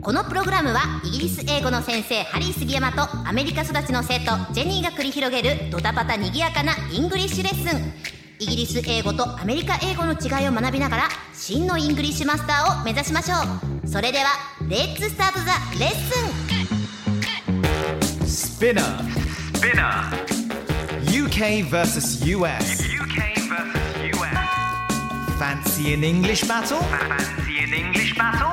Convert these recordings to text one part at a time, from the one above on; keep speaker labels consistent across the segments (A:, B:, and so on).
A: このプログラムはイギリス英語の先生ハリー杉山とアメリカ育ちの生徒ジェニーが繰り広げるドタパタにぎやかなイングリッシュレッスンイギリス英語とアメリカ英語の違いを学びながら真のイングリッシュマスターを目指しましょうそれではレッツスタートザレッスン
B: Spinner. Spinner. UK versus US.
C: UK versus US.
B: Fancy an English battle?
C: Fancy an English battle?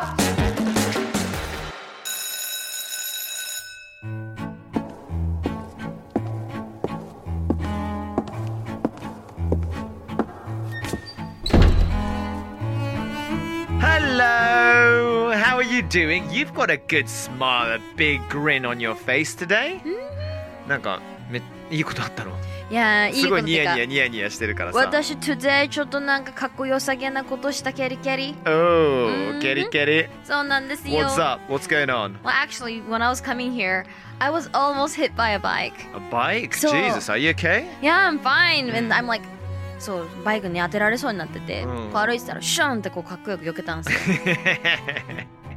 D: Hello! How are you doing? You've got a good smile, a big grin on your face today.
E: Hmm?
D: なんかめいいことあ ったの
E: いやーいい
D: す
E: こ
D: ご
E: と
D: いニ
E: て
D: ヤ
E: か
D: ニヤニヤニヤしてるからさ。
E: 私 today ちょっとなんかかっこよさげなことしたキャリキャリ
D: Oh,
E: ん
D: Kitty Kitty.
E: そうなんですよ
D: What's up? What's going on?
E: Well actually when I was coming here I was almost hit by a bike
D: A bike?
E: そう
D: Jesus, are you okay?
E: Yeah I'm fine and I'm like そうバイクに当てられそうになってて、
D: うん
E: こう歩いてたらシューンってこうかっこよく避けたんですよ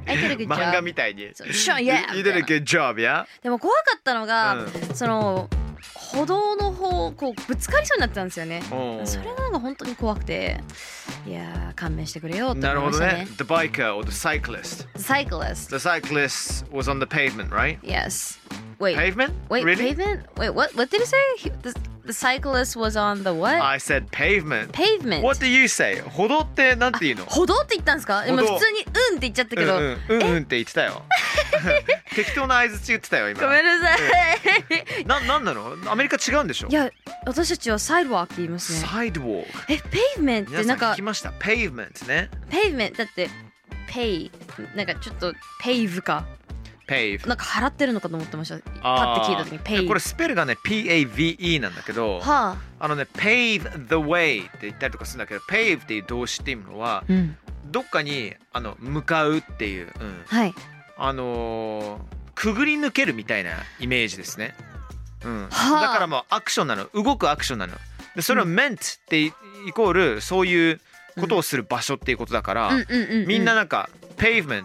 E: I did a good
D: 漫画
E: job
D: みたいに。
E: そうシューン
D: You,
E: yeah
D: you did a
E: みたいな
D: good job, yeah?
E: でも怖かったのが、
D: う
E: その歩道の方こうぶつかりそうになってたんですよね
D: おー
E: それがなんか本当に怖くていやー勘弁してくれよって
D: なる
E: 思い
D: ほ
E: まし
D: ど
E: た
D: ね
E: ね。
D: eh? The biker or the cyclist.
E: cyclist
D: The cyclist was on the pavement, right?
E: Yes. Wait.
D: Pavement?
E: wait.
D: really?
E: Pavement. Wait. What? What did he say? He, the, the cyclist was on the what?
D: I said pavement.
E: Pavement.
D: What do you say? 歩道ってなんて言 うの
E: 歩道って言ったんですか？今
D: 歩道
E: 普通にうんって言っちゃったけど。
D: うんうん、うんうんって言ってた よ適当な合図言ってたよ今
E: ごめんなさい。
D: ななんなのアメリカ違うんでしょ
E: いや、私たちはサイドワークって言いますね。
D: サイドウォーク
E: え、ペイメンっ
D: 皆
E: て
D: さ
E: なんんか
D: 聞きましたペイブメントね
E: ペイメンだってペイなんかちょっとペイブか
D: ペイブ
E: なんか払ってるのかと思ってました。パって聞いた時にペイ。
D: これスペルがね PAVE なんだけど
E: はあ。
D: あのね Pave the way って言ったりとかするんだけど Pave っていう動詞っていうのは
E: うん。
D: どっかにあの向かうっていう、うん、
E: はい。
D: あのーくぐり抜けるみたいなイメージですね。うん、
E: はあ
D: だからもうアクションなの動くアクションなの。でそれを meant ってイコールそういうことをする場所っていうことだから、
E: うんうんうん、うん。
D: みんな。なんか pavement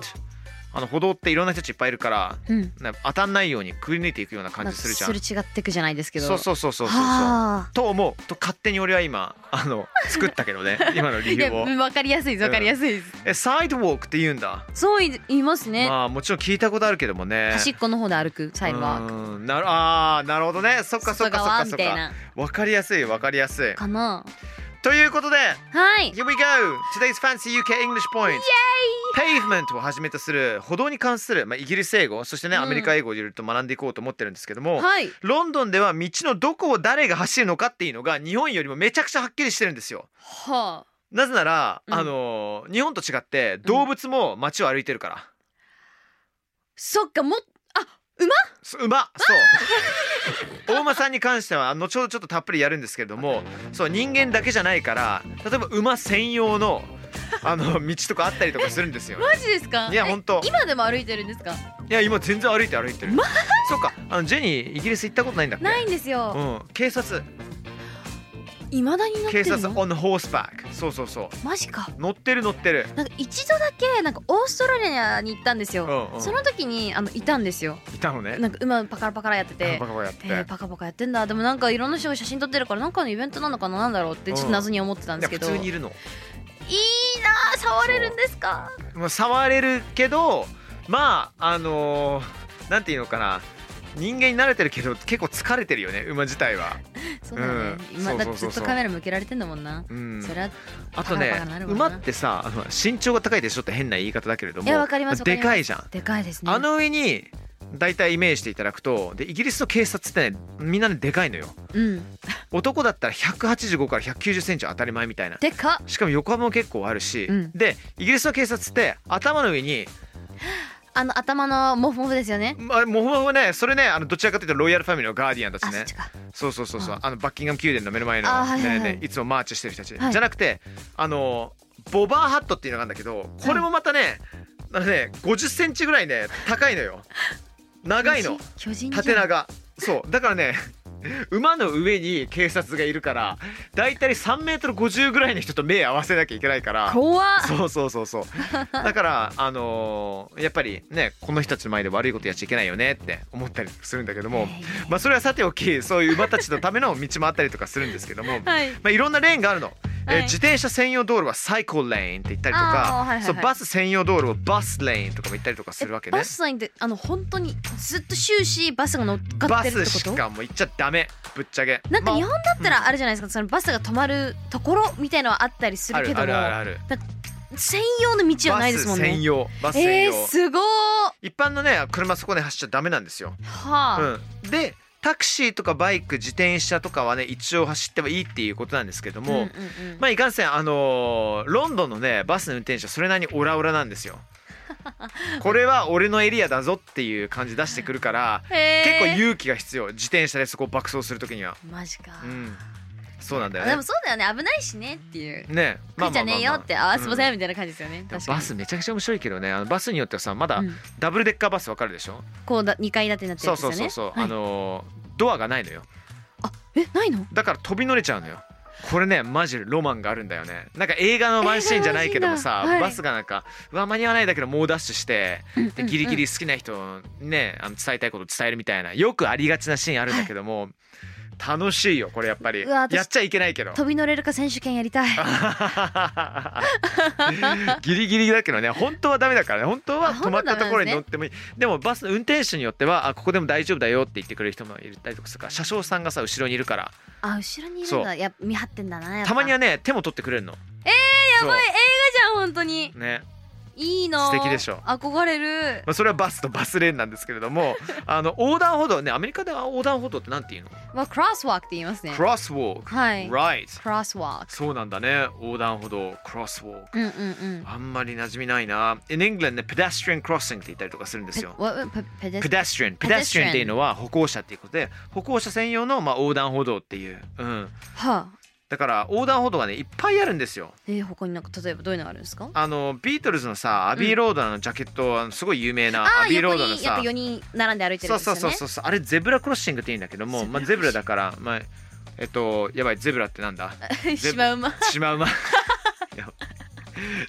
D: あの歩道っていろんな人たちいっぱいいるから、
E: うん。
D: な当たんないようにくぐり抜いていくような
E: な
D: 感
E: ん
D: じ
E: か
D: するじゃん。
E: すれ違ってくじゃないですけど。
D: そうそうそうそうそうそう。
E: はあ。
D: と思うと勝手に俺は今あの作ったけど ね今の理
E: いや
D: 由を。
E: わかりやすいですわかりやすいです、
D: えサイドウォークって言うんだ。
E: そうい言いますね、
D: まあもちろん聞いたことあるけどもね。
E: 端っこの方で歩くサイドワーク
D: うーんなるあーなるほどねそっかそっ
E: 外
D: かそっ
E: 側
D: か
E: み
D: そった
E: い
D: か
E: な
D: わかりやすいわかりやすい
E: かな
D: ということで
E: はい
D: Here we go! Today's fancy UK English point! イ Pavement をはじめとする歩道に関する、まあ、イギリス英語そしてね、
E: うん
D: アメリカ英語をいろいろと学んでいこうと思ってるんですけども、
E: はい
D: ロンドンでは道のどこを誰が走るのかっていうのが日本よりもめちゃくちゃはっきりしてるんですよ
E: はあ
D: なぜなら、
E: うん
D: あのー日本と違って動物も街を歩いてるから、
E: そっかもっ
D: す馬そう大馬さんに関しては後ほどちょっとたっぷりやるんですけれどもそう人間だけじゃないから例えば馬専用のあの道とかあったりとかするん ですよ、ね、
E: マジですか
D: いやほんと
E: え今でも歩いてるんですか
D: いや今全然歩いて歩いてるそうかあのジェニーイギリス行ったことないんだっけ
E: ないんです
D: う
E: よ
D: ん、警察
E: いまだに乗って
D: 警
E: る
D: 察
E: の
D: on horseback そうそうそ
E: マジか
D: う乗ってる乗ってる
E: なんか一度だけなんかオーストラリアに行ったんですよ、
D: うんうん
E: その時にあのいたんですよ
D: いたのね
E: なんか馬パカラパカラやってて
D: バカバカやって、
E: えー、パカパカやってんだでもなんかいろんな人が写真撮ってるからなんかのイベントなのかななんだろうってちょっと謎に思ってたん
D: い
E: で
D: や
E: すけ
D: 普
E: ど、
D: 通にいるの
E: いいなあ触れるんですか
D: まあ、触れるけどまああのーなんていうのかな人間に慣れてるけど結構疲れてるよね馬自体は。
E: そうだね、
D: うん
E: 今だっ
D: そう
E: てず
D: そうそうそう
E: っとカメラ向けられてんだもんな、
D: うん、
E: それは
D: あと
E: バ
D: ね
E: カなるわな
D: 馬ってさあの身長が高いでしょって変な言い方だけれども
E: いやわかりますわかり
D: で
E: ま
D: か
E: す
D: いじゃん。
E: でかいですね
D: あの上に大体イメージしていただくとでイギリスの警察ってねみんなねでかいのよ。
E: うん
D: 男だったら185から190センチは当たり前みたいな。
E: でかっ
D: しかも横幅も結構あるし、
E: うん
D: でイギリスの警察って頭の上に
E: あの頭のモフモフですよね
D: まあ、もうほぼほぼねそれねあのどちらかというとロイヤルファミリーのガーディアンたち
E: あそ
D: ね
E: っちか
D: そうそうそうそうあのバッキンガム宮殿の目の前の、ね
E: あはいはいはい
D: ねいつもマーチしてる人たち、
E: はい
D: じゃなくてあのボバーハットっていうのがあるんだけどこれもまたね、あのね50センチぐらいね高いのよ長いの
E: 巨人巨人じゃん
D: 縦長そうだからね馬の上に警察がいるからだいたい3メートル50ぐらいの人と目合わせなきゃいけないから
E: 怖っ
D: そうそうそう そうだからあのーやっぱりねこの人たちの前で悪いことやっちゃいけないよねって思ったりするんだけども、まあ、それはさておきそういう馬たちのための道もあったりとかするんですけども、
E: はい
D: まあ、いろんなレーンがあるの。えー
E: はい
D: 自転車専用道路はサイコーレーンって言ったりと
E: あーはいはい
D: か
E: はい
D: そうバス専用道路をバスレーンとかも言ったりとかするわけね
E: バスさんってあの本当にずっと終始バスが乗っかっ
D: バ
E: てる
D: ス
E: って
D: し
E: こと
D: かもう行っちゃダメぶっちゃけ
E: なんか
D: まあ
E: 日本だったらあるじゃないですか、そのバスが止まるところみたいのはあったりするけども
D: あるあるある
E: 専用の道は
D: バ
E: ないですも
D: ス
E: んね
D: 専用バス専
E: え
D: 用、
E: ー、すごー
D: 一般のね車そこで走っちゃダメなんですよ
E: はあ、
D: うん、でタクシーとかバイク自転車とかはね一応走ってもいいっていうことなんですけども、
E: んうんうん
D: まあいかんせんあのーロンドンのねバスの運転手はそれなりにオラオラなんです よ。これは俺のエリアだぞっていう感じ出してくるから、
E: へ
D: 結
E: ー
D: 構勇気が必要自転車でそこを爆走する時には。
E: マジか、
D: うん、そうなんだ
E: で
D: よ
E: も
D: ね。
E: そうだよね危ないしねっていう
D: ね
E: 食いちゃねえよって、ああすいま
D: ん
E: せんみたいな感じですよね
D: でも
E: 確かに
D: バスめちゃくちゃ面白いけどねあのバスによってはさまだ
E: うん
D: ダブルデッカーバスわかるでしょ、
E: こうだ2階建てになってる
D: そう
E: んですよ
D: そうそ
E: ね
D: うそう、
E: はい
D: あのードアがないのよ
E: あえないの
D: だから飛び乗れちゃうのよこれねマジでロマンがあるんだよねなんか映画のワンシーンじゃないけどもさ、
E: 映画のワンシーンだはい
D: バスがなんかうわ間に合わないだけど猛ダッシュして、でギリギリ好きな人にねあの伝えたいことを伝えるみたいなよくありがちなシーンあるんだけども、楽しいよこれやっぱり
E: うわ
D: やっ
E: 私
D: ちゃいけないけど
E: 飛び乗れるか選手権やりたい
D: ギリギリだけどね本当はダメだからね本当は止
E: あ本当
D: ま
E: は
D: ったところに
E: ダ
D: 乗
E: メなんですね
D: ってもいいで,、もバスの運転手によってはあここでも大丈夫だよって言ってくれる人もいたりとかするから車掌さんがさ後ろにいるから
E: あ後ろにいる
D: そ
E: ん
D: う
E: だや見張ってんだなやっぱ
D: たまにはね手も取ってくれるのえー、や
E: やばい映画じゃん本当に
D: ね
E: いいの
D: 素敵でしょ
E: 憧れる
D: まあ、それはバスとバスレーンなんですけれど もあの横断歩道ねアメリカでは横断歩道ってなんていうの
E: まあクロスワークって言いますね
D: クロスウォーク
E: はい
D: Right
E: クロスワーク
D: そうなんだね横断歩道クロスウォーク
E: うんうんうん
D: あんまり馴染みないな In England ね pedestrian crossing って言ったりとかするんですよ
E: ペわペペデス
D: pedestrian pedestrian っていうのは歩行者っていうことで歩行者専用のまあ横断歩道っていううん
E: はあ
D: だから横断歩道がねいっぱいあるんですよ
E: えー、他になんか例えばどういうのがあるんですか
D: あのビートルズのさアビーロードのジャケットあのすごい有名な
E: あ
D: ア
E: あ
D: ビーロー
E: 横
D: ドの
E: に
D: さ
E: 約4人並んで歩いてる
D: そ
E: ん
D: う
E: です
D: そう
E: よね
D: そう そうそうあれゼブラクロッシングって言うんだけども、まあ、ゼブラだから、まあ、えっとやばいゼブラってなん だ
E: シマウマ
D: シマウマい や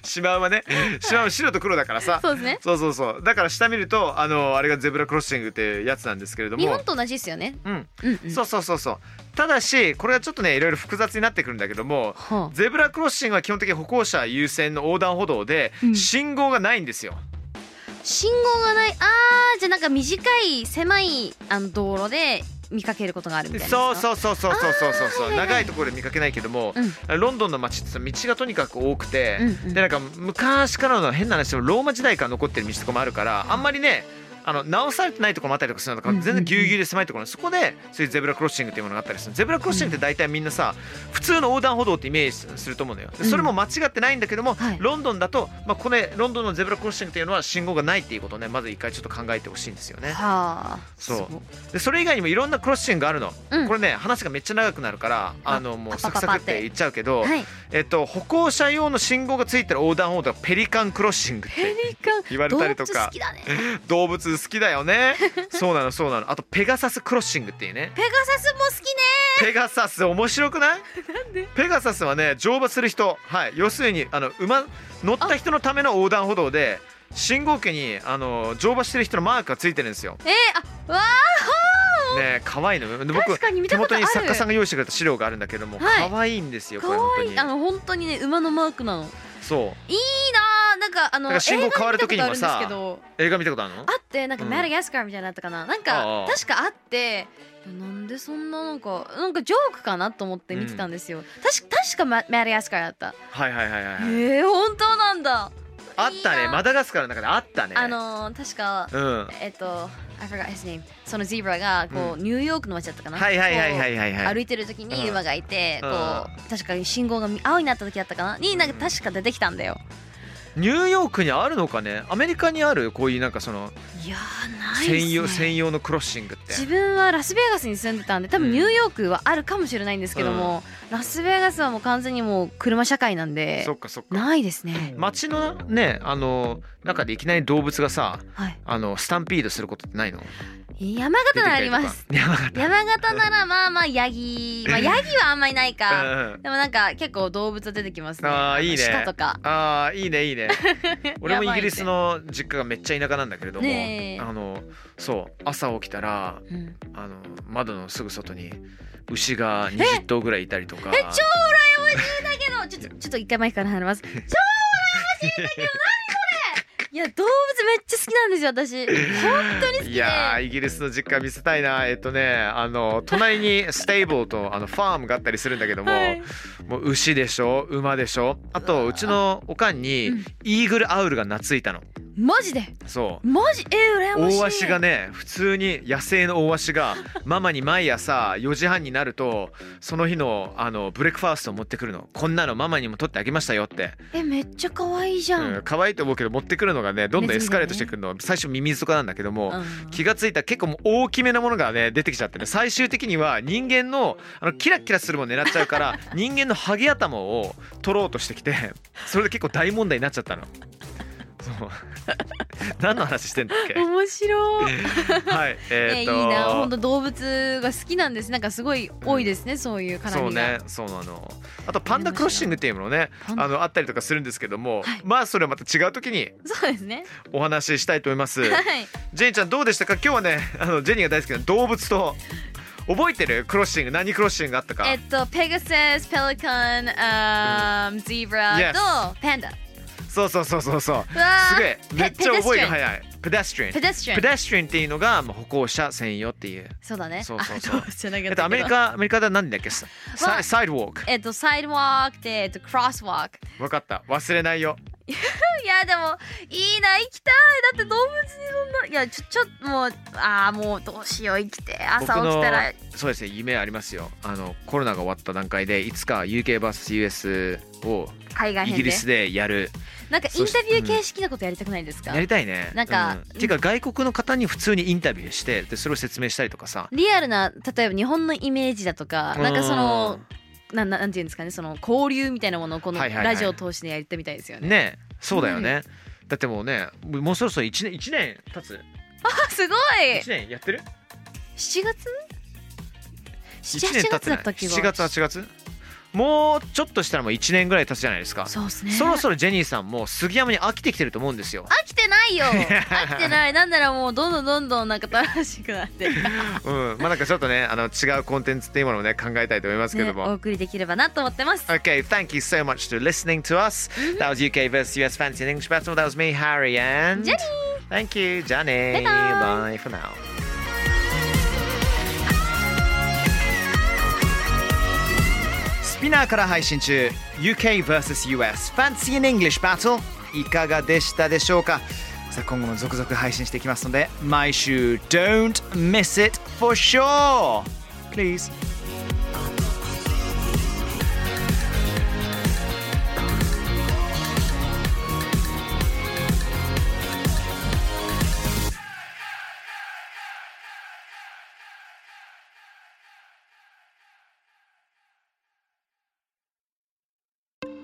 D: シマウマねシマウマ白と黒だからさ
E: そうですね
D: そうそうそうだから下見るとあのあれがゼブラクロッシングってやつなんですけれど
E: 日
D: も
E: 本と同じですよね
D: うん、
E: うんうん
D: そうそうそうそうただしこれはちょっとねいろいろ複雑になってくるんだけども
E: は
D: ゼブラクロッシングは基本的に歩行者優先の横断歩道で
E: うん
D: 信号がないんですよ、
E: あ信号がないあーじゃあなんか短い狭いあの道路で見かけることがあるみたいな
D: そう
E: う
D: そうそうそうそうそうそうそう
E: はいはい
D: 長いところで見かけないけども、
E: う
D: ロンドンの街ってさ道がとにかく多くて、
E: うんうん
D: でなんか昔からの変な話でもローマ時代から残ってる道とかもあるからあんまりねあの直されてないところもあったりとかするのだから
E: うんうん
D: 全然ぎゅうぎゅうで狭いところそこでそういうゼブラクロッシングっていうものがあったりするゼブラクロッシングって大体みんなさ普通の横断歩道ってイメージすると思うのよで
E: うん
D: それも間違ってないんだけども、
E: はい
D: ロンドンだと、まあ、これロンドンのゼブラクロッシングっていうのは信号がないっていうことをねまず一回ちょっと考えてほしいんですよね。
E: はあ
D: そう
E: すごい
D: でそれ以外にもいろんなクロッシングがあるの、
E: うん
D: これね話がめっちゃ長くなるからあのもう
E: パ
D: サ
E: パ
D: ク
E: パ
D: サ
E: パ
D: クって言っちゃうけど、
E: はい
D: えっと、歩行者用の信号がついてる横断歩道はペリカンクロッシングって言われたりと
E: 動物
D: か
E: 好きだね
D: 動物好きだよねそうなのそうなのあとペガサスクロッシングっていうね
E: ペガサスも好きね
D: ペガサス面白くないペガサスはね乗馬する人、はい、要するにあの馬乗った人のための横断歩道で信号機にあの乗馬してる人のマークがついてるんですよ
E: えー、あわ
D: ね可愛いので僕
E: 確かに見
D: 手
E: たこ
D: 元
E: とある
D: に作家さんが用意してくれた資料があるんだけども
E: はい
D: 可愛いんですよ
E: ー
D: これ本
E: 可
D: 当
E: 愛い
D: に
E: あの本当にね馬のマークなのいい
D: そう
E: なーなんかあ
D: だ
E: の
D: から信号
E: 映画
D: 変わる時にもさ
E: 見たことあるんですけど
D: 映画見たことあるの
E: あってなんか
D: うん
E: マダガスカルみたいなのあったかな、なん
D: あ
E: か
D: あ
E: 確かあってなんでそんななんかなんかジョークかなと思って見てたんですよ、確か確かママダガスカルだった、
D: はいはいはいはいはい
E: えー、本当なんだ、
D: あった
E: いい
D: ね
E: な
D: マダガスカルの中であったね
E: あのー確か
D: うん
E: えっと I forgot his name そのゼブラがこう、ニューヨークの街だったかな
D: はいはいはいはいはい
E: こう
D: は
E: 歩
D: い
E: いてる時
D: うん
E: に馬がいて、
D: うん
E: こう確かに信号がみ青になった時だったかなになんか確か出てきたんだよ、
D: ニューヨークにあるのかねアメリカにあるこういうなんかその
E: いやーないですね
D: 専用専用のクロッシングって
E: 自分はラスベガスに住んでたんで多
D: う
E: 分
D: ん
E: ニューヨークはあるかもしれないんですけども、ラスベガスはもう完全にもう車社会なんで
D: そっかそっか
E: ないですね、
D: 街のねあの中でいきなり動物がさ
E: はい、
D: あのスタンピードすることってないの
E: 山形ならあります
D: 出てきたりとかいや
E: 山形ならまあまあヤギまあヤギはあんまりない
D: わか
E: か
D: んないうん
E: でもなんか結構動物は出てきますね
D: あーいいね
E: 鹿とか
D: あーいいねい いね俺もイギリス
E: や
D: の実家がめっちゃ田舎なんだけれども、
E: ねえ
D: あのそう朝起きたら
E: ばいね、
D: あの窓のすぐ外に牛が20頭ぐらいいたりとか
E: え超羨ましいんだけどちょっとちょっと一回マイクから離 れます超羨ましいんだけど何これいや動物めっちゃ好きなんですよ私本当に好きで
D: いやーイギリスの実家見せたいなえっとねあの隣にステーブルとあのファームがあったりするんだけども、
E: はい
D: もう牛でしょ馬でしょあとうちのおかんに
E: うん
D: イーグルアウルが懐いたの
E: マジで
D: そう
E: マジえー、羨ましい
D: 大足がね普通に野生の大足がママに毎朝4時半になるとその日のあのブレックファーストを持ってくるのこんなのママにも取ってあげましたよって、
E: えめっちゃ可愛いじゃ、
D: うんん、可愛いと思うけど持ってくるのがねどんどんエスカレートしてくるの、最初ミミズとかなんだけども、
E: うん
D: 気がついたら結構もう大きめなものがね出てきちゃってね最終的には人間のあのキラキラするもの狙っちゃうから 人間のハゲ頭を取ろうとしてきてそれで結構大問題になっちゃったの。そう 何の話してんだっけ
E: 面白い、
D: はい、
E: え
D: えー、
E: いい
D: と
E: な本当動物が好きなんですなんかすごい多いですね、そういう絡
D: そう
E: みが、
D: ね、そうなの。あとパンダクロッシングっていうものね、
E: パンダ
D: あのあったりとかするんですけども、
E: はい
D: まあそれはまた違う時に
E: そうですね
D: お話ししたいと思います。
E: はい
D: ジェニーちゃんどうでしたか？今日はね、あのジェニーが大好きな動物と覚えてるクロッシング何クロッシングがあったか
E: えっ。とペガサスペリカンあーゼブラ
D: Yes
E: とペンダ
D: そうそうそうそうそう。
E: うわ
D: す
E: ー
D: げえ、
E: ペ
D: めっちゃ覚えが早い。ペデストリン
E: ペ。デストリン
D: ペデストリンっていうのがまあ歩行者専用っていう。
E: そうだね
D: そうそうそう
E: あ動物じゃなか
D: えっ
E: ったけど
D: とアメリカアメリカでは何だっけ？サ
E: わ
D: イサイドウォーク。
E: えっとサイドワークでえっとクロスワーク
D: わかった。忘れないよ。
E: いやでもいいな行きたいだって動物にそんないやちょちょっともうああもうどうしよう生きて朝起き
D: 僕の
E: たら
D: そうですね夢ありますよあのコロナが終わった段階でいつか UKVSUS を
E: 海外
D: イ
E: 編
D: ギ
E: で
D: リスでやる
E: なんかイ
D: そ
E: ン
D: して
E: タビュー形式なことやりたくないですか、
D: やりたいね
E: なんか
D: うんていうか外国の方に普通にインタビューしてでそれを説明したりとかさ
E: リアルな例えば日本のイメージだとかなんかそのなんなんなんていうんですかねその交流みたいなものをこの
D: はいはいはい
E: ラジオを通してやりたみたいですよね。
D: ねそうだよね、だってもうねもうそろそろ1年一年経つ
E: あすごい
D: 1年やってる
E: 7月
D: 一
E: 7 8月だったっけ
D: 7月8月もうちょっとしたらもう1年ぐらい経つじゃないですか
E: そうですね
D: そろそろジェニーさんも杉山に飽きてきてると思うんですよ
E: 飽きてないよ飽きてないなんならもうどんどんどんどんなんか楽しく なって
D: うんまあなんかちょっとねあの違うコンテンツっていうものもね考えたいと思いますけ
E: ね
D: ども、
E: お送りできればなと思ってます。
D: Okay, thank you so much for listening to us. That was UK versus US Fancy and English Battle. That was me, Harry, and
E: Jenny.
D: Thank you, Jenny.
E: Bye-bye.
D: Bye for now. Spinner から配信中 UK vs US Fancy in English Battle いかがでしたでしょうかさあ今後も続々配信していきますので毎週 Don't miss it for sure please
F: Podcast